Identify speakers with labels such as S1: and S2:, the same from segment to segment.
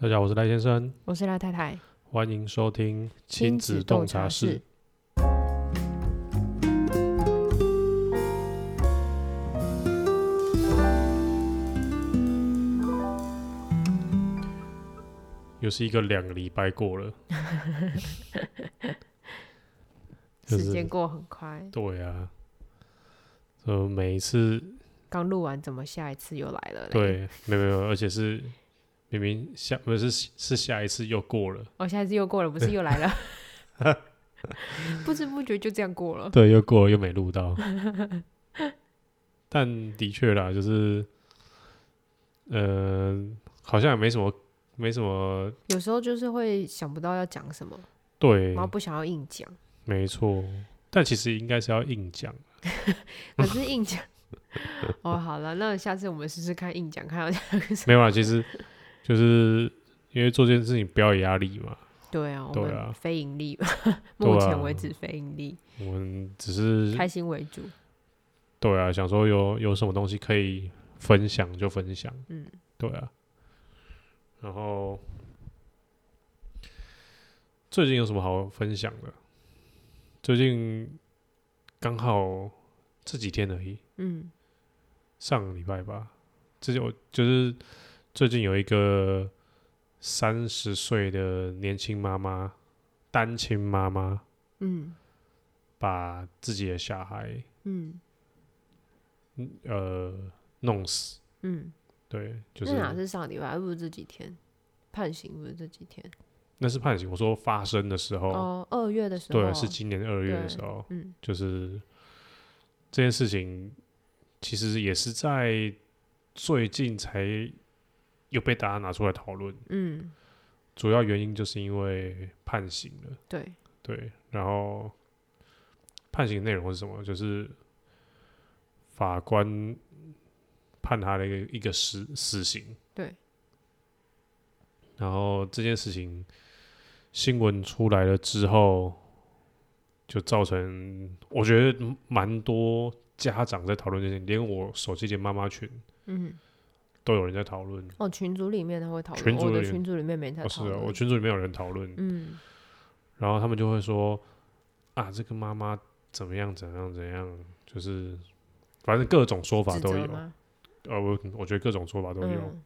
S1: 大家好，我是赖先生，
S2: 我是赖太太。
S1: 欢迎收听
S2: 亲子洞察室。
S1: 又是一个两个礼拜过了，就是
S2: 时间过很快，
S1: 对啊，呃，每一次
S2: 刚录完，怎么下一次又来了嘞？，
S1: 对，没有没有，而且是明明下不是是是下一次又过了，
S2: 我、哦下一次又过了，不是又来了？ 不知不觉就这样过了。
S1: 对，又过了又没录到，但的确啦，就是呃，好像也没什么没什么
S2: 有时候就是会想不到要讲什么，
S1: 对
S2: 然，后不想要硬讲，
S1: 没错，但其实应该是要硬讲。
S2: 可是 硬讲。哦，好了，那下次我们试试看硬讲，看要讲什么。
S1: 没有啦，其实就是因为做这件事情不要有压力嘛。
S2: 对啊，我
S1: 对
S2: 们
S1: 啊
S2: 非盈利，
S1: 对
S2: 目
S1: 啊
S2: 前为止非盈利，
S1: 我们只是
S2: 开心为主。
S1: 对啊，想说有有什么东西可以分享就分享，嗯，对啊。然后最近有什么好分享的？最近刚好这几天而已，
S2: 嗯，
S1: 上个礼拜吧，这就就是最近有一个三十岁的年轻妈妈，单亲妈妈，
S2: 嗯，
S1: 把自己的小孩，
S2: 嗯，
S1: 呃，弄死，
S2: 嗯，
S1: 对，就
S2: 那哪
S1: 是
S2: 是上礼拜？不是这几天，判刑不是这几天。
S1: 那是判刑。我说发生的时候，
S2: 哦，二月的时候，
S1: 对，是今年二月的
S2: 对
S1: 时候，
S2: 嗯
S1: 就是这件事情，其实也是在最近才又被大家拿出来讨论，
S2: 嗯，
S1: 主要原因就是因为判刑了。
S2: 对，
S1: 对，然后判刑内容是什么？就是法官判他的一个一个死死刑。
S2: 对。
S1: 然后这件事情新闻出来了之后，就造成我觉得蛮多家长在讨论这件事情，连我手机的妈妈群
S2: 嗯，
S1: 都有人在讨论。
S2: 哦，群组里面他会讨论，
S1: 群组
S2: 我的
S1: 里
S2: 群组里面没在
S1: 哦，是
S2: 讨
S1: 啊，
S2: 论，
S1: 我群组里面有人讨论，
S2: 嗯，
S1: 然后他们就会说啊，这个妈妈怎么样怎样怎样，就是反正各种说法
S2: 指
S1: 都
S2: 责
S1: 有。
S2: 吗？
S1: 呃，我我觉得各种说法都有。
S2: 嗯，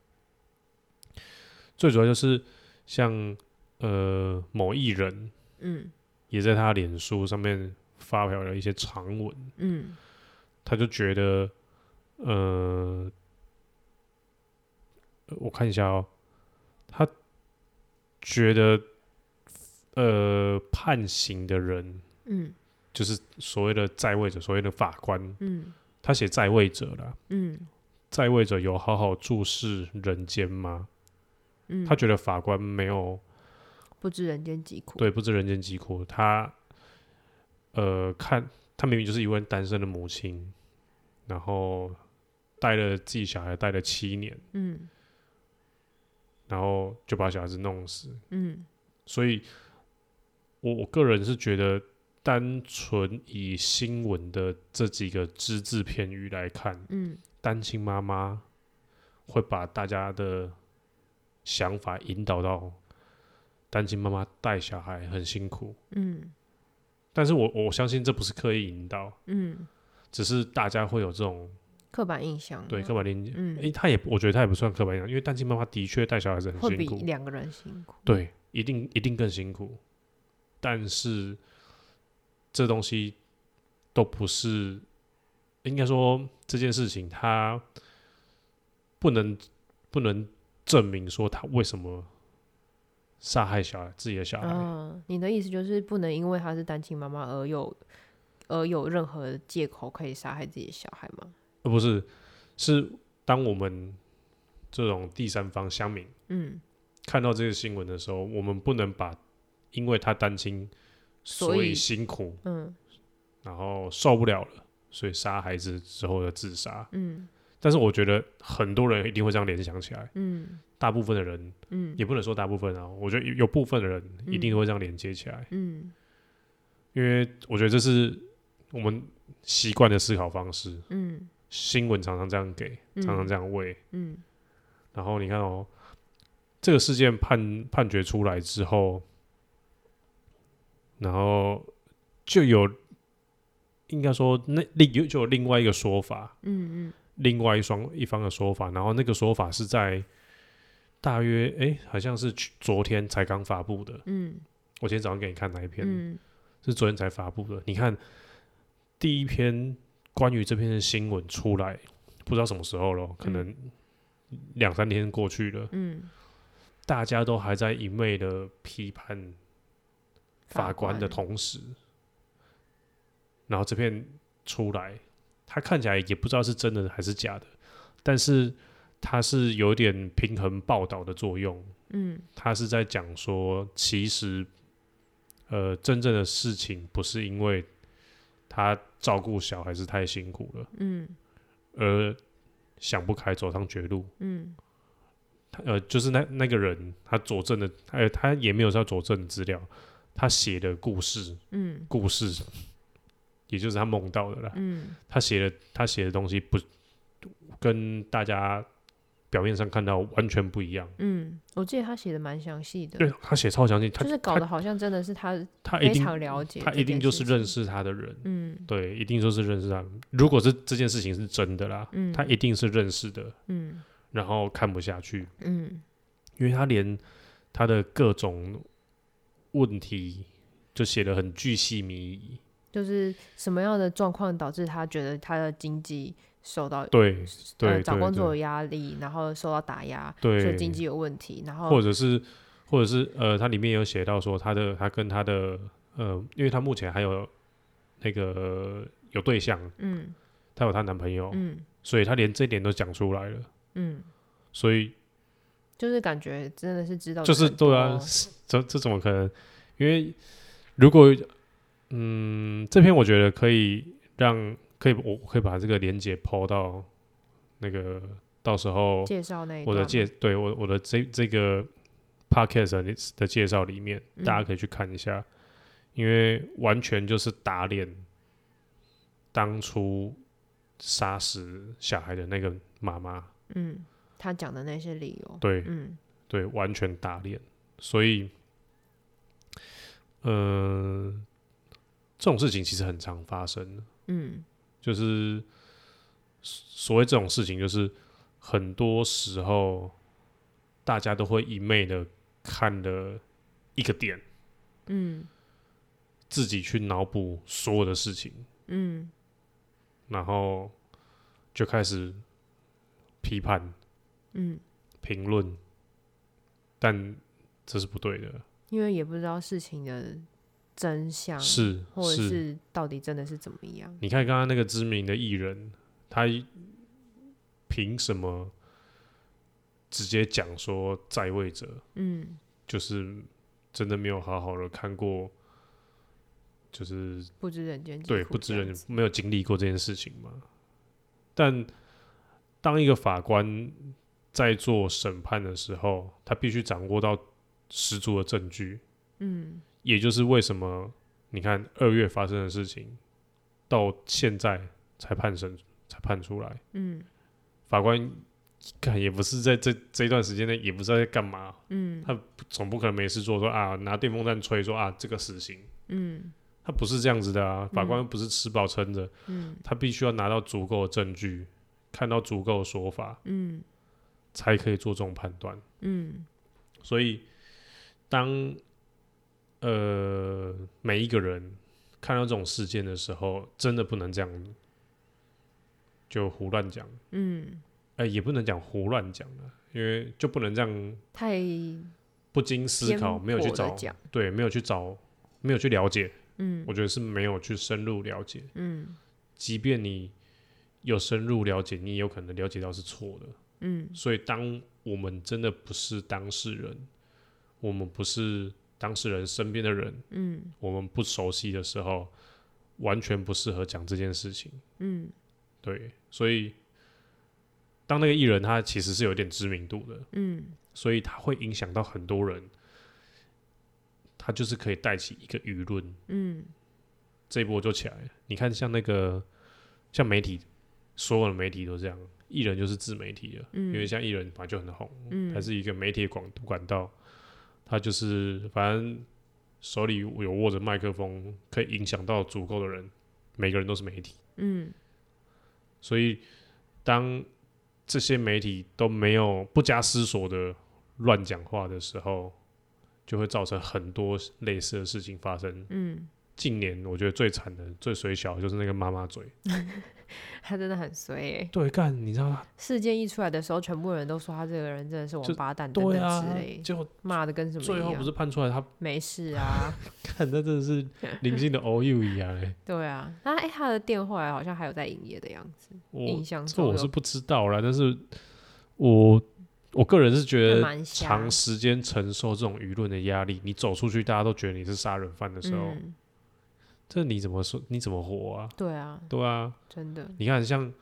S1: 最主要就是像呃某艺人
S2: 嗯
S1: 也在他脸书上面发表了一些长文，
S2: 嗯
S1: 他就觉得呃，我看一下哦，他觉得呃判刑的人
S2: 嗯
S1: 就是所谓的在位者，所谓的法官，
S2: 嗯
S1: 他写在位者啦，
S2: 嗯
S1: 在位者有好好注视人间吗？
S2: 嗯，
S1: 他觉得法官没有
S2: 不知人间疾苦，
S1: 对不知人间疾苦，他呃看他明明就是一位单身的母亲，然后带了自己小孩带了七年，
S2: 嗯
S1: 然后就把小孩子弄死，
S2: 嗯
S1: 所以我我个人是觉得。单纯以新闻的这几个只字片语来看，
S2: 嗯
S1: 单亲妈妈会把大家的想法引导到单亲妈妈带小孩很辛苦，
S2: 嗯
S1: 但是我我相信这不是刻意引导，
S2: 嗯，
S1: 只是大家会有这种
S2: 刻板印象，
S1: 对刻，板印象。
S2: 嗯
S1: 诶、他也我觉得他也不算刻板印象，因为单亲妈妈的确带小孩子很
S2: 会比
S1: 辛苦，
S2: 两个人辛苦，
S1: 对，一定一定更辛苦。但是这东西都不是，应该说这件事情它不能不能证明说他为什么杀害小孩自己的小孩，
S2: 嗯，你的意思就是不能因为她是单亲妈妈而有而有任何借口可以杀害自己的小孩吗？
S1: 而不是是当我们这种第三方乡民
S2: 嗯，
S1: 看到这个新闻的时候，我们不能把因为他单亲
S2: 所
S1: 所以
S2: 以
S1: 辛苦，
S2: 嗯
S1: 然后受不了了，所以杀孩子之后的自杀。
S2: 嗯
S1: 但是我觉得很多人一定会这样联想起来，
S2: 嗯
S1: 大部分的人
S2: 嗯
S1: 也不能说大部分啊，我觉得有有部分的人一定会这样连接起来，
S2: 嗯
S1: 因为我觉得这是我们习惯的思考方式。
S2: 嗯
S1: 新闻常常这样给，
S2: 嗯
S1: 常常这样喂，
S2: 嗯
S1: 然后你看哦，这个事件判判决出来之后，然后就有应该说那另有就有另外一个说法，
S2: 嗯嗯，
S1: 另外一双一方的说法，然后那个说法是在大约哎、好像是去昨天才刚发布的，
S2: 嗯
S1: 我今天早上给你看哪一篇，
S2: 嗯
S1: 是昨天才发布的。你看第一篇关于这篇的新闻出来，不知道什么时候咯，可能两三天过去了，
S2: 嗯，
S1: 大家都还在一昧的批判法官的
S2: 法
S1: 同时，然后这篇出来，它看起来也不知道是真的还是假的，但是它是有点平衡报道的作用。
S2: 嗯
S1: 他是在讲说，其实，呃，真正的事情不是因为他照顾小孩子太辛苦了，
S2: 嗯
S1: 而想不开走上绝路。
S2: 嗯
S1: 他呃，就是那那个人，他佐证的，呃，他也没有要佐证的资料，他写的故事，
S2: 嗯
S1: 故事，也就是他梦到的啦。
S2: 嗯
S1: 他写的他写的东西不跟大家表面上看到完全不一样。
S2: 嗯，我记得他写的蛮详细的，
S1: 对他写超详细，他
S2: 就是搞得好像真的是他
S1: 他一
S2: 非
S1: 定
S2: 常了解，
S1: 他一定就是认，识他的人，
S2: 嗯
S1: 对，一定就是认识他。如果是这件事情是真的啦，
S2: 嗯
S1: 他一定是认识的，
S2: 嗯
S1: 然后看不下去，
S2: 嗯
S1: 因为他连他的各种问题就写的很巨细靡遗，
S2: 就是什么样的状况导致他觉得他的经济受到
S1: 对
S2: 呃
S1: 对
S2: 找
S1: 对
S2: 工作有
S1: 对
S2: 压力，然后受到打压，所以
S1: 对，
S2: 经济有问题，然后
S1: 或者是或者是呃，它里面有写到说他的他跟他的呃，因为他目前还有那个有对象，
S2: 嗯
S1: 她有她男朋友，
S2: 嗯
S1: 所以她连这点都讲出来了，
S2: 嗯，
S1: 所以
S2: 就是感觉真的是知道
S1: 就是
S2: 很多
S1: 对啊，是这这怎么可能？因为如果嗯，这篇我觉得可以让可以我可以把这个连接抛到那个到时候
S2: 介绍那一
S1: 我的
S2: 段
S1: 介
S2: 嘛
S1: 对我我的这这个 podcast 的的介绍里面，
S2: 嗯
S1: 大家可以去看一下，因为完全就是打脸当初杀死小孩的那个妈妈，
S2: 嗯他讲的那些理由，
S1: 对，
S2: 嗯
S1: 对，完全打脸。所以，呃，这种事情其实很常发生，
S2: 嗯
S1: 就是所谓这种事情，就是很多时候大家都会一昧的看了一个点，
S2: 嗯
S1: 自己去脑补所有的事情，
S2: 嗯
S1: 然后就开始批判、
S2: 嗯，
S1: 评论，但这是不对的，
S2: 因为也不知道事情的真相，
S1: 是
S2: 啊或者
S1: 是
S2: 是到底真的是怎么样，
S1: 你看刚刚那个知名的艺人，他凭什么直接讲说在位者
S2: 嗯
S1: 就是真的没有好好的看过，就是
S2: 不知人间疾
S1: 对
S2: 苦
S1: 不
S2: 这
S1: 知
S2: 样
S1: 人
S2: 子
S1: 没有经历过这件事情嘛？但当一个法官在做审判的时候，他必须掌握到十足的证据，
S2: 嗯
S1: 也就是为什么你看二月发生的事情，到现在才判审才判出来，
S2: 嗯
S1: 法官看也不是在这这一段时间内，也不知道在干嘛，
S2: 嗯
S1: 总不可能没事做说啊拿电风扇吹说啊这个死刑，
S2: 嗯
S1: 他不是这样子的啊，法官不是吃饱撑着，
S2: 嗯
S1: 他必须要拿到足够的证据，看到足够的说法，
S2: 嗯
S1: 才可以做这种判断。
S2: 嗯
S1: 所以，当呃每一个人看到这种事件的时候，真的不能这样就胡乱讲，
S2: 嗯，
S1: 哎、也不能讲胡乱讲了，因为就不能这样
S2: 太
S1: 不经思考，
S2: 偏颇地
S1: 没有去找
S2: 讲，
S1: 对，没有去找，没有去了解，
S2: 嗯
S1: 我觉得是没有去深入了解。
S2: 嗯
S1: 即便你有深入了解，你也有可能了解到是错的。
S2: 嗯
S1: 所以，当我们真的不是当事人，我们不是当事人身边的人，
S2: 嗯
S1: 我们不熟悉的时候，完全不适合讲这件事情。
S2: 嗯
S1: 对，所以当那个艺人他其实是有点知名度的，
S2: 嗯
S1: 所以他会影响到很多人，他就是可以带起一个舆论，
S2: 嗯
S1: 这一波就起来了。你看，像那个像媒体，所有的媒体都这样，艺人就是自媒体了，因为像艺人本来就很红，
S2: 嗯
S1: 还是一个媒体的管管道，他就是反正手里有握着麦克风，可以影响到足够的人，每个人都是媒体，
S2: 嗯
S1: 所以当这些媒体都没有不加思索的乱讲话的时候，就会造成很多类似的事情发生。
S2: 嗯，
S1: 近年我觉得最惨的、最水小的就是那个妈妈嘴，
S2: 他真的很衰欸。
S1: 对，干，你知道他，
S2: 事件一出来的时候，全部人都说他这个人真的是王
S1: 就
S2: 八蛋等
S1: 对
S2: 等
S1: 啊
S2: 之类，，
S1: 结果
S2: 骂的跟什么
S1: 最
S2: 一
S1: 后不
S2: 样。
S1: 是判出来他
S2: 没事啊，
S1: 看，那真的 是灵性的 O U 一样、欸。
S2: 对啊。那哎、他的店后来好像还有在营业的样子，
S1: 我
S2: 印象
S1: 这
S2: 中
S1: 我
S2: 有
S1: 是不知道啦，但是我我个人是觉
S2: 还
S1: 得
S2: 蛮瞎
S1: 长时间承受这种舆论的压力，你走出去大家都觉得你是杀人犯的时候，
S2: 嗯，
S1: 这你怎么说？你怎么活啊？
S2: 对啊，
S1: 对啊，
S2: 真的，
S1: 你看像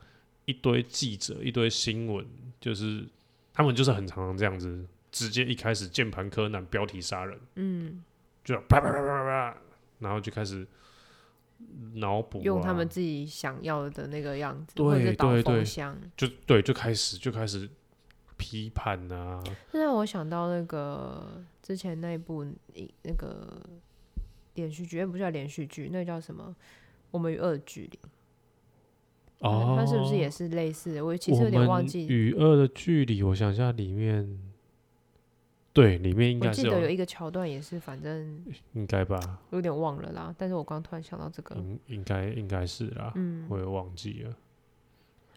S1: 一堆记者、一堆新闻，就是他们就是很常常这样子，直接一开始键盘柯南标题杀人，
S2: 嗯，
S1: 就啪啪啪啪啪，然后就开始脑补、啊，
S2: 用他们自己想要的那个样子，
S1: 对
S2: 或者是导
S1: 对
S2: 风
S1: 对
S2: 向。
S1: 就对，就开始就开始批判啊，
S2: 这让我想到那个之前那一部一那个连续剧，诶不叫连续剧，那叫什么？我们与恶的距离，
S1: 哦，
S2: 它是不是也是类似的？我其实有点
S1: 我
S2: 忘
S1: 们
S2: 记，
S1: 与恶的距离，我想一下，里面对里面应
S2: 我
S1: 该
S2: 记
S1: 是
S2: 得有
S1: 有，
S2: 一个桥段也是，反正
S1: 应该吧，
S2: 有点忘了啦。但是我刚突然想到这个，
S1: 应应该应该是啦，
S2: 嗯
S1: 我也忘记了，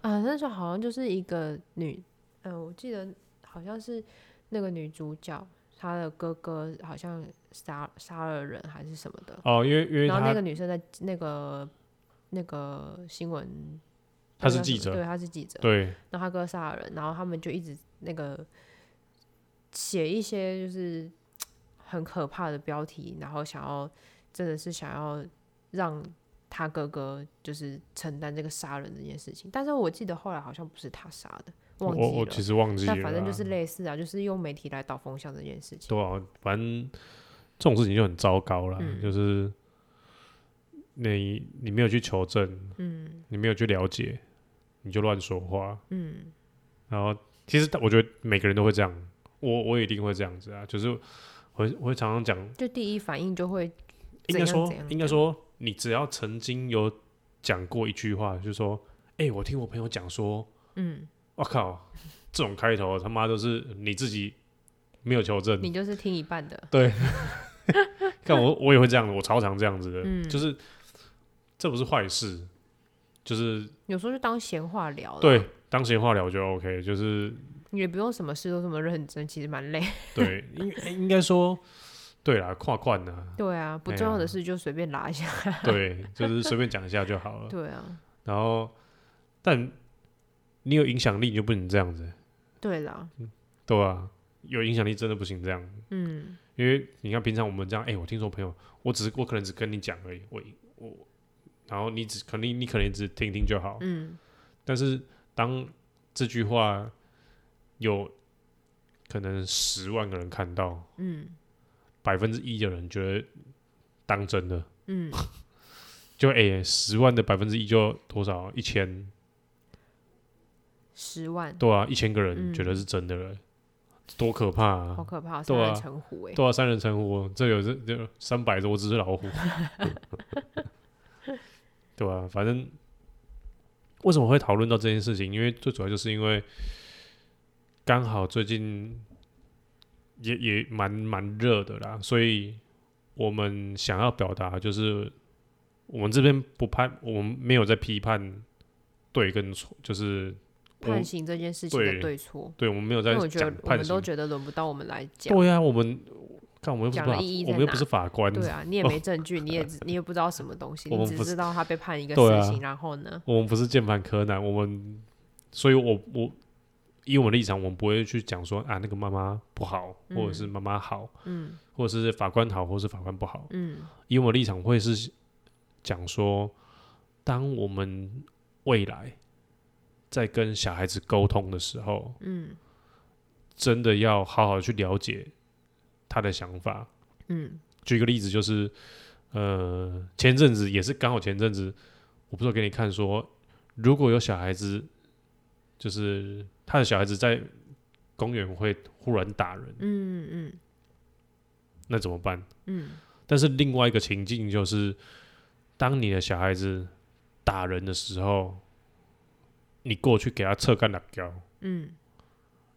S2: 啊，那时候好像就是一个女，嗯、我记得好像是那个女主角，她的哥哥好像杀杀了人还是什么的，
S1: 哦，因为因为
S2: 然后那
S1: 他
S2: 个女生在那个那个新闻，
S1: 他是
S2: 那叫什
S1: 记
S2: 么对，
S1: 者，
S2: 她是记者，
S1: 对，
S2: 然后她哥杀了人，然后他们就一直那个写一些就是很可怕的标题，然后想要真的是想要让他哥哥就是承担这个杀人这件事情，但是我记得后来好像不是他杀的，
S1: 我
S2: 忘记了。
S1: 我其实忘记了
S2: 但
S1: 啦，
S2: 反正就是类似啊，就是用媒体来导风向这件事情。
S1: 对啊，反正这种事情就很糟糕啦，
S2: 嗯
S1: 就是你你没有去求证，
S2: 嗯
S1: 你没有去了解，你就乱说话，
S2: 嗯
S1: 然后其实我觉得每个人都会这样，我我也一定会这样子啊，就是我我会常常讲，
S2: 就第一反应就会
S1: 应该说
S2: 怎样怎样
S1: 应该说，你只要曾经有讲过一句话，就是说，哎、我听我朋友讲说，
S2: 嗯，
S1: 我靠，这种开头他妈都是你自己没有求证，
S2: 你就是听一半的，
S1: 看我我也会这样，我超常这样子的，
S2: 嗯
S1: 就是这不是坏事，就是
S2: 有时候就当闲话聊了。
S1: 对，当闲话聊就 OK，就是
S2: 你也不用什么事都这么认真，其实蛮累。
S1: 对，应应该说，对啦，跨款呢，
S2: 对啊，不
S1: 哎呀
S2: 重要的事就随便拉一下。
S1: 对，就是随便讲一下就好了。
S2: 对啊，
S1: 然后，但你有影响力，你就不能这样子，
S2: 对啦，
S1: 对吧、有影响力真的不行这样，
S2: 嗯
S1: 因为你看平常我们这样，哎、我听说朋友，我只是我可能只跟你讲而已，我我，然后你只可能你可能只听听就好，
S2: 嗯
S1: 但是当这句话有可能十万个人看到，
S2: 嗯
S1: 百分之一的人觉得当真的，
S2: 嗯，
S1: 就哎十、0万的百分之一就多少一千，
S2: 十万，
S1: 对啊，一千个
S2: 嗯
S1: 人觉得是真的了，多可怕啊！
S2: 好可怕，
S1: 对
S2: 三人
S1: 啊
S2: 成虎哎。
S1: 对啊，三人成虎，这有这这三百多只老虎， 对啊，反正为什么会讨论到这件事情？因为最主要就是因为刚好最近也也蛮蛮热的啦，所以我们想要表达就是我们这边不判，我们没有在批判对跟错，就是我
S2: 判刑这件事情的
S1: 对
S2: 对错，
S1: 对我们没有
S2: 因
S1: 在
S2: 为我觉
S1: 讲
S2: 得我
S1: 判
S2: 们
S1: 刑
S2: 都。觉得轮不到我们来讲。
S1: 对呀、啊，我们看我们又不是
S2: 讲的
S1: 法，
S2: 意义
S1: 我
S2: 在
S1: 们又
S2: 哪
S1: 不是法官，
S2: 对啊，你也没证据，你也只你也不知道什么东西，
S1: 哦 我们
S2: 你只
S1: 不
S2: 知道他被判一个
S1: 对啊
S2: 死刑，然后呢？
S1: 我们不是键盘柯南，我们，所以我我以我们的立场，我们不会去讲说啊那个妈妈不好，
S2: 嗯
S1: 或者是妈妈好，
S2: 嗯
S1: 或者是法官好，或者是法官不好。
S2: 嗯
S1: 以我们的立场会是讲说，当我们未来在跟小孩子沟通的时候，
S2: 嗯
S1: 真的要好好去了解他的想法，
S2: 嗯
S1: 举一个例子，就是呃，前阵子也是刚好前阵子，我不是有给你看说，如果有小孩子就是他的小孩子在公园会忽然打人，
S2: 嗯嗯
S1: 那怎么办？
S2: 嗯
S1: 但是另外一个情境就是，当你的小孩子打人的时候，你过去给他侧干打脚，
S2: 嗯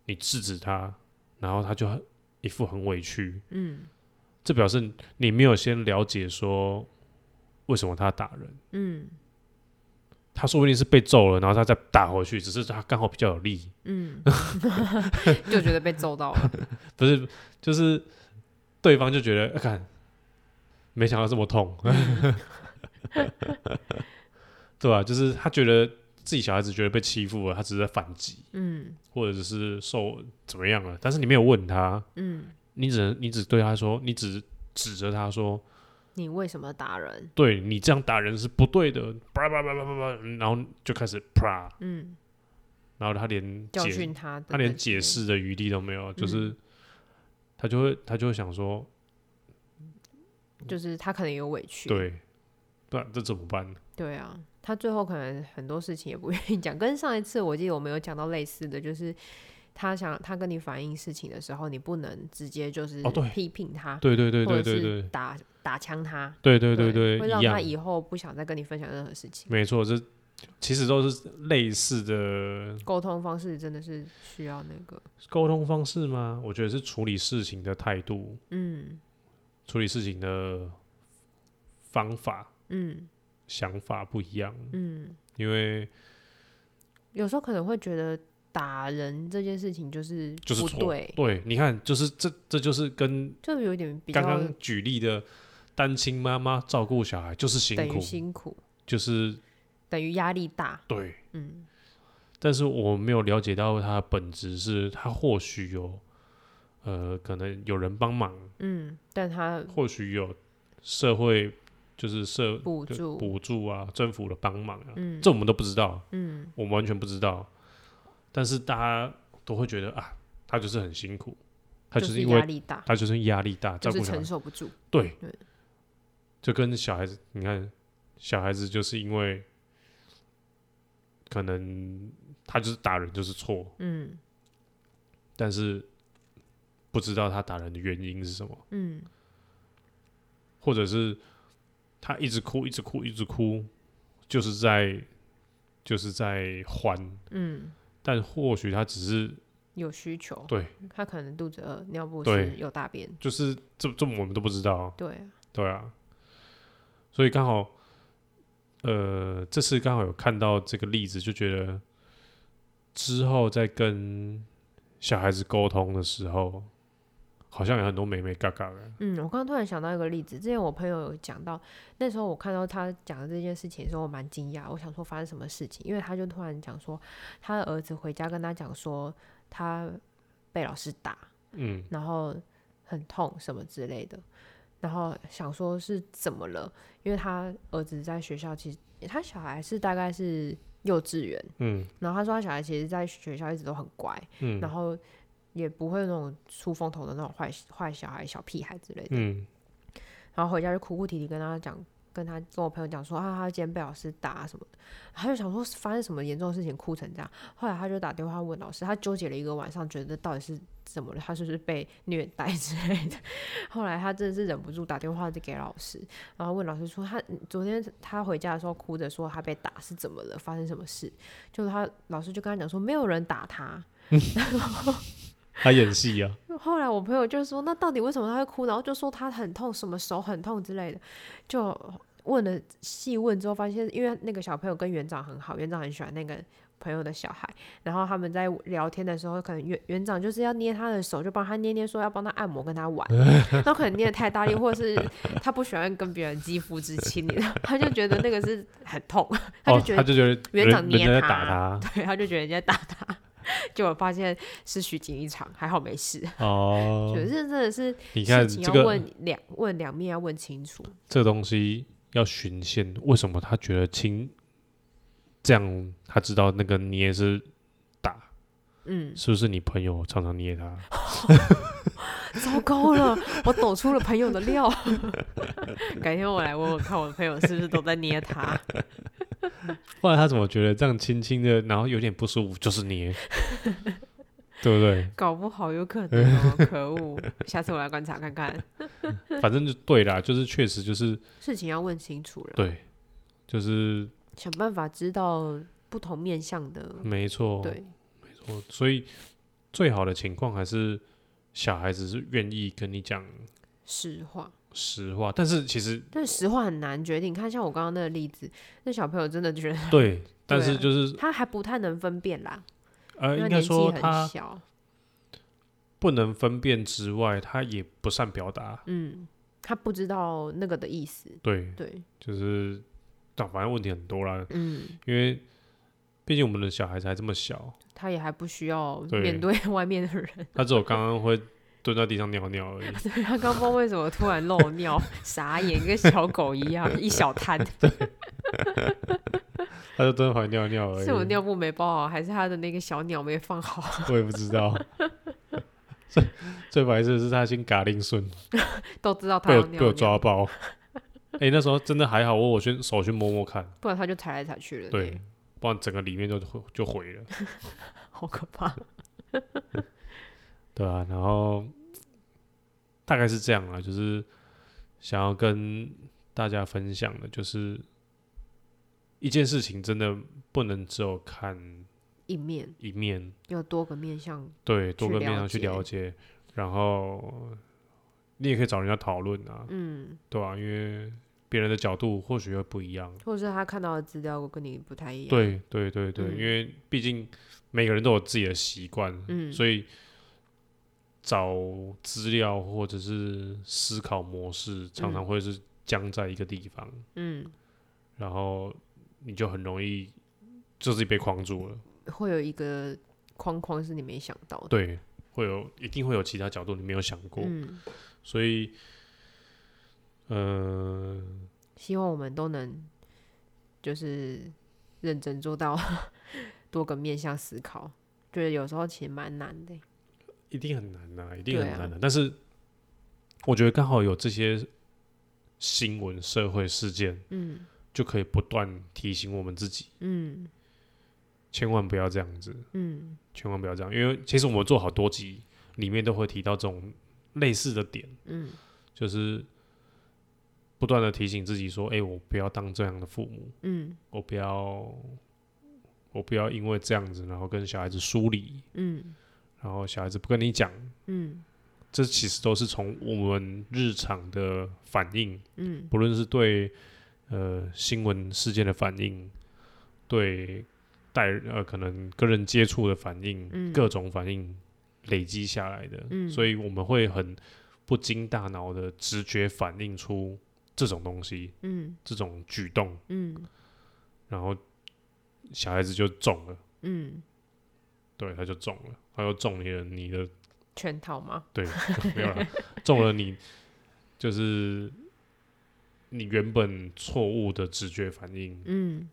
S1: 你制止他，然后他就很一副很委屈，
S2: 嗯
S1: 这表示你没有先了解说为什么他打人，
S2: 嗯
S1: 他说不定是被揍了，然后他再打回去，只是他刚好比较有力，
S2: 嗯， 就觉得被揍到了。
S1: 不是，就是对方就觉得，啊看、没想到这么痛， 对吧、就是他觉得自己小孩子觉得被欺负了，他只是在反击，
S2: 嗯
S1: 或者是受怎么样了，但是你没有问他，
S2: 嗯，
S1: 你只能你只对他说，你只指着他说，
S2: 你为什么打人？
S1: 对你这样打人是不对的，叭叭叭叭叭叭，然后就开始啪，
S2: 嗯，
S1: 然后他连
S2: 教
S1: 解
S2: 训嗯他，
S1: 他连解，释的余地都没有，就是
S2: 嗯
S1: 他就会他就会想说，
S2: 就是他可能有委屈。
S1: 对，不然这怎么办？
S2: 对啊，他最后可能很多事情也不愿意讲。跟上一次我记得我们有讲到类似的，就是他想他跟你反映事情的时候，你不能直接就是
S1: 哦对
S2: 批评他，
S1: 对对对
S2: 或
S1: 对
S2: 者
S1: 对
S2: 是
S1: 对
S2: 打打枪他，
S1: 对对对
S2: 会
S1: 对，
S2: 让
S1: 一
S2: 他
S1: 样，
S2: 以后不想再跟你分享任何事情。
S1: 没错，这其实都是类似的
S2: 沟通方式真的是需要那个，
S1: 沟通方式吗？我觉得是处理事情的态度，
S2: 嗯
S1: 处理事情的方法、
S2: 嗯
S1: 想法不一样，
S2: 嗯，
S1: 因为
S2: 有时候可能会觉得打人这件事情就是
S1: 就是
S2: 不
S1: 错
S2: 对，
S1: 对，你看，就是这这就是跟
S2: 就有点比较
S1: 刚刚举例的单亲妈妈照顾小孩就是辛
S2: 等
S1: 苦
S2: 于，辛苦，
S1: 就是
S2: 等于压力大，
S1: 对，
S2: 嗯
S1: 但是我没有了解到它的本质是，它或许有，呃，可能有人帮忙，
S2: 嗯，但他
S1: 或许有社会就是社
S2: 补
S1: 就
S2: 助
S1: 补助啊，政府的帮忙啊，
S2: 嗯
S1: 这我们都不知道，
S2: 嗯
S1: 我们完全不知道。但是大家都会觉得啊，他就是很辛苦，他
S2: 就是
S1: 因
S2: 压
S1: 为
S2: 力大，
S1: 他就是压力大，照
S2: 就是
S1: 顾小孩
S2: 承，受不住，
S1: 对
S2: 对，
S1: 就跟小孩子，你看小孩子就是因为可能他就是打人就是错，
S2: 嗯
S1: 但是不知道他打人的原因是什么，
S2: 嗯
S1: 或者是他一直哭，一直哭，一直哭，就是在就是在还，
S2: 嗯，
S1: 但或许他只是
S2: 有需求，
S1: 对，
S2: 他可能肚子饿，尿不
S1: 对
S2: 湿，有大便，
S1: 就是这这我们都不知道，
S2: 对啊，
S1: 对啊，所以刚好呃这次刚好有看到这个例子，就觉得之后在跟小孩子沟通的时候，好像有很多美美嘎嘎的，
S2: 嗯，我刚刚突然想到一个例子，之前我朋友有讲到，那时候我看到他讲的这件事情的时候，我蛮惊讶，我想说发生什么事情，因为他就突然讲说，他的儿子回家跟他讲说，他被老师打，
S1: 嗯。
S2: 然后很痛什么之类的，然后想说是怎么了，因为他儿子在学校其实他小孩是大概是幼稚园，
S1: 嗯
S2: 然后他说他小孩其实在学校一直都很乖，
S1: 嗯
S2: 然后也不会那种出风头的那种坏坏小孩、小屁孩之类的。
S1: 嗯
S2: 然后回家就哭哭啼啼跟他讲，跟他跟我朋友讲说啊，他今天被老师打什么的，他就想说发生什么严重的事情，哭成这样。后来他就打电话问老师，他纠结了一个晚上，觉得到底是怎么了，他是不是被虐待之类的。后来他真的是忍不住打电话就给老师，然后问老师说他昨天他回家的时候哭着说他被打是怎么了，发生什么事？就是他老师就跟他讲说没有人打他，
S1: 他演戏啊，
S2: 后来我朋友就说：“那到底为什么他会哭？”然后就说他很痛，什么手很痛之类的，就问了细问之后，发现因为那个小朋友跟园长很好，园长很喜欢那个朋友的小孩，然后他们在聊天的时候，可能园园长就是要捏他的手，就帮他捏捏，说要帮他按摩，跟他 玩，然后可能捏的太大力，或者是他不喜欢跟别人肌肤之亲，你知道他就觉得那个是很痛， 他就
S1: 哦，
S2: 觉
S1: 他
S2: 得
S1: 就觉得
S2: 园
S1: 人
S2: 长捏
S1: 人家在
S2: 他
S1: 打他
S2: 对，他就觉得人家打他， 结果发现是虚惊一场，还好没事。
S1: 哦
S2: 觉得这真的是
S1: 你看
S2: 事情
S1: 这
S2: 要
S1: 个
S2: 问两问两面要问清楚，
S1: 这个东西要循线，为什么他觉得亲？这样他知道那个捏是打，
S2: 嗯，
S1: 是不是你朋友常常捏他？
S2: 糟糕了，我抖出了朋友的料， 改天我来问问看我的朋友是不是都在捏他，
S1: 后来他怎么觉得这样轻轻的，然后有点不舒服，就是 捏，对不对？
S2: 搞不好有可能哦，可恶！下次我来观察看看，
S1: 反正就对啦，就是确实就是
S2: 事情要问清楚了，
S1: 对，就是
S2: 想办法知道不同面向的，
S1: 没错，
S2: 对，
S1: 我所以最好的情况还是小孩子是愿意跟你讲
S2: 实话。
S1: 实话，但是其实
S2: 但实话很难决定。看像我刚刚那个例子，那小朋友真的觉得
S1: 对，但是就是
S2: 他还不太能分辨啦，
S1: 呃，
S2: 因
S1: 应
S2: 为
S1: 该
S2: 年纪
S1: 说
S2: 很
S1: 他
S2: 小，
S1: 不能分辨之外，他也不善表达，
S2: 嗯，他不知道那个的意思，
S1: 对，
S2: 对，
S1: 就是但反正问题很多啦，
S2: 嗯，
S1: 因为毕竟我们的小孩子还这么小，
S2: 他也还不需要
S1: 对
S2: 面对 外面的人。
S1: 他只有刚刚会蹲在地上尿尿而已，
S2: 对他刚不知道为什么突然漏尿， 傻眼，跟小狗一样，一小滩，
S1: 哎他就蹲在旁边尿尿而已，
S2: 是我尿布没包好，还是他的那个小鸟没放好？
S1: 我也不知 道。最最白痴的是他先嘎令顺，
S2: 都知道他
S1: 被
S2: 要
S1: 我
S2: 尿
S1: 被我
S2: 尿
S1: 抓 包。哎、那时候真的还好，我我去手去摸摸看，
S2: 不然他就踩来踩去的，
S1: 对，，不然整个里面就毁就毁了，
S2: 好可怕。
S1: 对啊，然后大概是这样啊，就是想要跟大家分享的，就是一件事情真的不能只有看
S2: 一面
S1: 一面，
S2: 有多个面向，
S1: 对，多
S2: 去
S1: 个面
S2: 了
S1: 上去
S2: 解
S1: 了解，然后你也可以找人家讨论啊，
S2: 嗯，
S1: 对啊，因为别人的角度或许会不一样。
S2: 或者是他看到的资料跟你不太一样，，
S1: 对对对对，
S2: 嗯
S1: 因为毕竟每个人都有自己的习惯，
S2: 嗯，
S1: 所以找资料或者是思考模式，常常
S2: 嗯
S1: 会是僵在一个地方，
S2: 嗯，
S1: 然后你就很容易就自己被框住了。
S2: 会有一个框框是你没想到的，
S1: 对，会有一定会有其他角度你没有想过，
S2: 嗯，
S1: 所以，呃，
S2: 希望我们都能就是认真做到多个面向思考，觉得有时候其实蛮难的，
S1: 一定很难呐、一定
S2: 对
S1: 很
S2: 啊
S1: 难的、但是我觉得刚好有这些新闻、社会事件，
S2: 嗯
S1: 就可以不断提醒我们自己，
S2: 嗯
S1: 千万不要这样子，
S2: 嗯
S1: 千万不要这样。因为其实我们做好多集，里面都会提到这种类似的点，
S2: 嗯，
S1: 就是不断的提醒自己说：“哎、我不要当这样的父母，
S2: 嗯
S1: 我不要，我不要因为这样子，然后跟小孩子疏离，
S2: 嗯
S1: 然后小孩子不跟你讲。”
S2: 嗯
S1: 这其实都是从我们日常的反应，
S2: 嗯
S1: 不论是对呃新闻事件的反应，对待呃可能跟人接触的反应，
S2: 嗯
S1: 各种反应累积下来的，
S2: 嗯
S1: 所以我们会很不经大脑的直觉反映出这种东西，
S2: 嗯
S1: 这种举动，
S2: 嗯
S1: 然后小孩子就中了，
S2: 嗯，
S1: 对，他就中了，他就中你的你的
S2: 圈套吗？
S1: 对， 没有了，中了你就是你原本错误的直觉反应，
S2: 嗯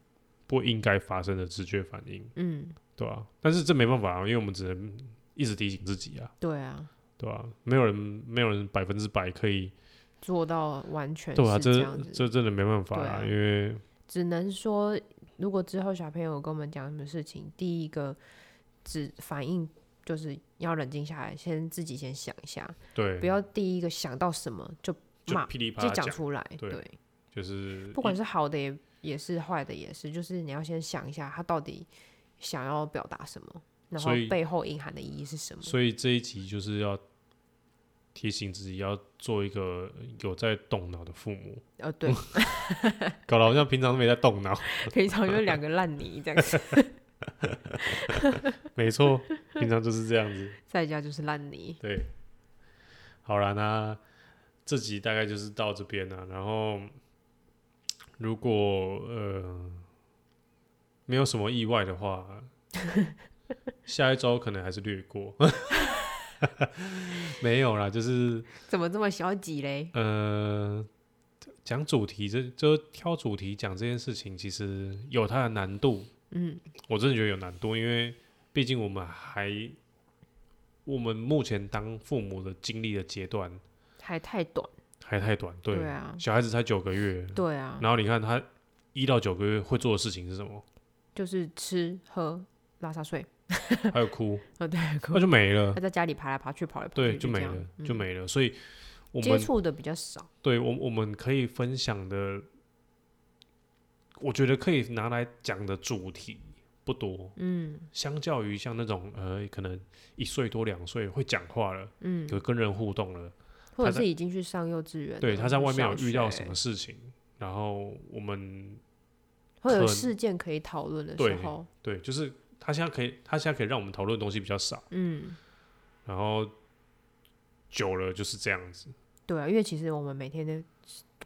S1: 不应该发生的直觉反应，
S2: 嗯，
S1: 对吧、但是这没办法啊，因为我们只能一直提醒自己啊，
S2: 对啊，
S1: 对吧、没有人，没有人百分之百可以，
S2: 做到完全
S1: 对啊，
S2: 是这
S1: 这
S2: 样子，
S1: 这真的没办法
S2: 对
S1: 啊，
S2: 啊
S1: 因为
S2: 只能说，如果之后小朋友跟我们讲什么事情，第一个只反应就是要冷静下来，先自己先想一下，
S1: 对，
S2: 不要第一个想到什么就
S1: 就
S2: 骂
S1: 噼里啪
S2: 就
S1: 啦
S2: 讲
S1: 讲，
S2: 出来。
S1: 对
S2: 对，
S1: 就是
S2: 不管
S1: 一
S2: 是好的也也是，坏的也是，就是你要先想一下他到底想要表达什么，然后
S1: 所以
S2: 背后隐含的意义是什么。
S1: 所以这一集就是要提醒自己要做一个有在动脑的父母。
S2: 呃， 对，
S1: 搞得好像平常都没在动脑。
S2: 平常就是两个烂泥这样子，
S1: 没错，平常就是这样子。
S2: 在家就是烂泥。
S1: 对，好啦，那这集大概就是到这边了。然后，如果呃没有什么意外的话，下一周可能还是略过。 没有啦，就是
S2: 怎么这么消极嘞？
S1: 呃，讲主题这就挑主题讲这件事情，其实有它的难度。
S2: 嗯
S1: 我真的觉得有难度，因为毕竟我们还我们目前当父母的经历的阶段
S2: 还太短。
S1: 还太短，对，
S2: 对啊
S1: 小孩子才九个月，
S2: 对啊，
S1: 然后你看他一到九个月会做的事情是什么？
S2: 就是吃喝拉撒睡，
S1: 还有 哭，
S2: 呃，对，哭
S1: 那就没了
S2: 他，在家里爬来爬去，跑来跑去，
S1: 嗯对，就
S2: 这
S1: 没
S2: 样
S1: 了，
S2: 嗯
S1: 就没了。所以我
S2: 接
S1: 们
S2: 触的比较少，
S1: 对我我们可以分享的，我觉得可以拿来讲的主题不多，
S2: 嗯
S1: 相较于像那种呃，可能一岁多两岁会讲话了，
S2: 嗯，
S1: 有跟人互动了，
S2: 或者
S1: 在
S2: 是已经去上幼稚园了，
S1: 对，他在外面有
S2: 小
S1: 遇到
S2: 学
S1: 什么，事情，然后我们
S2: 会有
S1: 可
S2: 事件可以讨论的时
S1: 对
S2: 候，
S1: 对，就是他现在可以，他现在可以让我们讨论的东西比较少，
S2: 嗯，
S1: 然后久了就是这样子。
S2: 对啊，因为其实我们每天都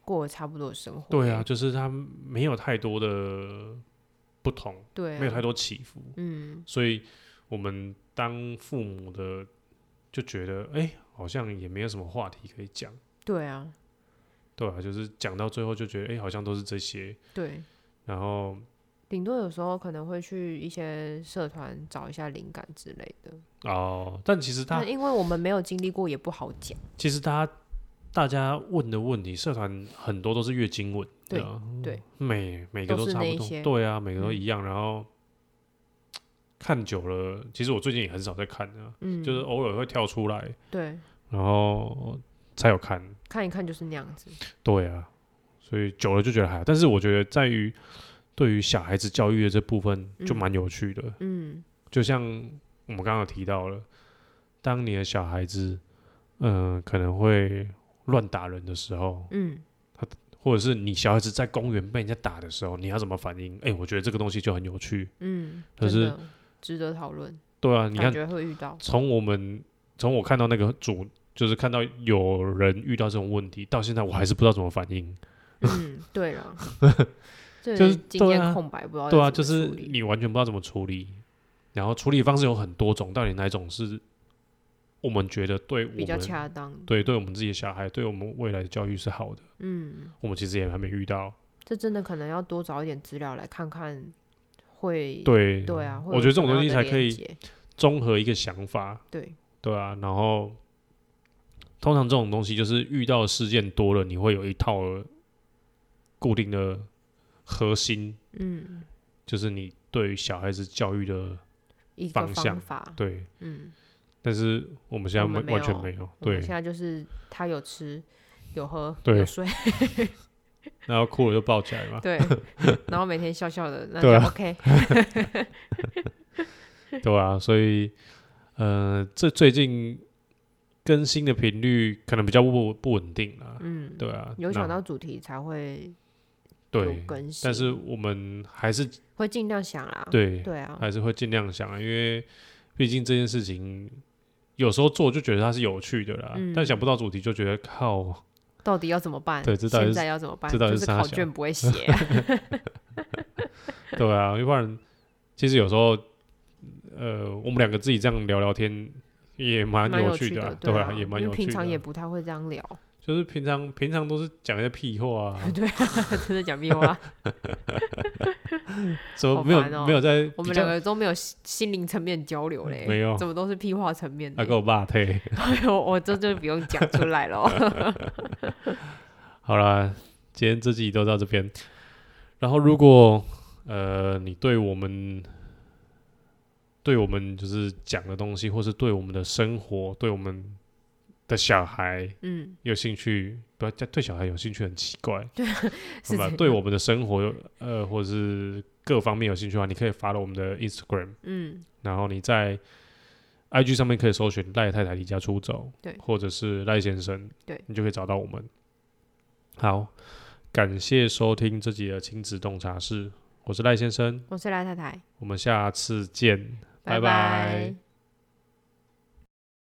S2: 过得差不多的生活，
S1: 对啊，，就是他没有太多的不同，
S2: 对啊，
S1: 没有太多起伏，
S2: 嗯，
S1: 所以我们当父母的就觉得，哎、好像也没有什么话题可以讲，
S2: 对啊，
S1: 对啊，就是讲到最后就觉得，哎、好像都是这些，
S2: 对，
S1: 然后
S2: 顶多有时候可能会去一些社团找一下灵感之类的，
S1: 哦、但其实他
S2: 但因为我们没有经历过，也不好讲，
S1: 其实大家大家问的问题，社团很多都是月经问，你
S2: 对
S1: 知道吗
S2: 嗯对，
S1: 每每个
S2: 都是
S1: 差
S2: 那
S1: 不
S2: 一
S1: 多，
S2: 些
S1: 对啊，每个都
S2: 嗯
S1: 一样。然后嗯看久了，其实我最近也很少在看啊，
S2: 嗯，
S1: 就是偶尔会跳出来，
S2: 对，
S1: 然后才有看。
S2: 看一看就是那样子，
S1: 对啊，所以久了就觉得还好，但是我觉得在于对于小孩子教育的这部分就蛮有趣的，
S2: 嗯，
S1: 就像我们刚刚有提到了，当你的小孩子嗯、呃可能会乱打人的时候，
S2: 嗯，
S1: 或者是你小孩子在公园被人家打的时候，你要怎么反应？哎、我觉得这个东西就很有趣。
S2: 嗯，
S1: 可
S2: 真
S1: 是
S2: 的值得讨论，
S1: 对啊，你
S2: 感
S1: 看，
S2: 觉会遇 到，
S1: 从我们从我看到那个主，就是看到有人遇到这种问题，到现在我还是不知道怎么反应。
S2: 嗯，对了， 这
S1: 就是
S2: 经
S1: 对啊
S2: 验空白，不知道
S1: 对啊，
S2: 要
S1: 就
S2: 怎么
S1: 是
S2: 处理
S1: 你完全不知道怎么处理，然后处理方式有很多种，到底哪一种是我们觉得对我
S2: 比较
S1: 们
S2: 恰当，
S1: 对对我们自己的小孩，对我们未来的教育是好的？
S2: 嗯，
S1: 我们其实也还没遇到。
S2: 这真的可能要多找一点资料来看看会，
S1: 对
S2: 对啊，会
S1: 我
S2: 有
S1: 觉得这
S2: 什
S1: 种
S2: 么
S1: 东
S2: 样
S1: 西
S2: 的
S1: 才可
S2: 连
S1: 以
S2: 结，
S1: 综合一个想法，
S2: 对，
S1: 对啊，然后通常这种东西就是遇到事件多了，你会有一套固定的核心，
S2: 嗯，
S1: 就是你对于小孩子教育的
S2: 一个
S1: 方向
S2: 方法，
S1: 对。
S2: 嗯，
S1: 但是我们现在
S2: 我们
S1: 完
S2: 没
S1: 完全
S2: 有
S1: 没有，
S2: 我们
S1: 对
S2: 现，在就是他有吃有喝
S1: 对
S2: 有睡，
S1: 然后哭了就抱起来嘛，
S2: 对，然后每天笑笑的，那就
S1: 对啊
S2: OK，
S1: 对啊，所以呃，这最近更新的频率可能比较不不稳定啦，
S2: 嗯，
S1: 对啊，
S2: 有
S1: 那
S2: 想到主题才会有
S1: 对，
S2: 更新，
S1: 但是我们还是
S2: 会尽量想啦，
S1: 对
S2: 对啊，
S1: 还是会尽量想啊，因为毕竟这件事情有时候做就觉得它是有趣的啦，
S2: 嗯
S1: 但想不到主题就觉得靠，
S2: 到底要怎么办？
S1: 对这到底
S2: 现
S1: 是
S2: 在要怎么办？
S1: 这到底
S2: 就是是
S1: 啥
S2: 考
S1: 小
S2: 卷不 会写啊，
S1: 对啊，要 不然其实有时候，呃，我们两个自己这样聊聊天也蛮
S2: 蛮有
S1: 趣
S2: 的
S1: 啊，，
S2: 对
S1: 啊，也蛮
S2: 因
S1: 有
S2: 为
S1: 趣的啊，
S2: 平常也不太会这样聊，，
S1: 就是平常平常都是讲一些屁话啊
S2: 对啊，真的讲屁话，
S1: 怎么
S2: 好
S1: 没有、
S2: 烦哦
S1: 没有在
S2: 我
S1: 比
S2: 们
S1: 较
S2: 两个都没有心心灵层面交流嘞，
S1: 没有
S2: 怎么都是屁话层面
S1: 啊
S2: 的
S1: 给。我爸退，
S2: 哎呦，我这就不用讲出来了。
S1: 好啦，今天这集都到这边。然后，如果呃你对我们对我们就是讲的东西，或是对我们的生活、对我们的小孩
S2: 嗯，
S1: 有兴趣，不要对小孩有兴趣很奇 怪，
S2: 是
S1: 吧？
S2: 这
S1: 对
S2: 样
S1: 我们的生活有呃或者是各方面有兴趣的话，你可以发了我们的 Instagram，
S2: 嗯，
S1: 然后你在 IG 上面可以搜寻赖太太离家出走，
S2: 对
S1: 或者是赖先生，
S2: 对
S1: 你就可以找到我们。好，感谢收听这集的亲子洞察室，我是赖先生，
S2: 我是赖太太，
S1: 我们下次见，拜
S2: 拜
S1: 拜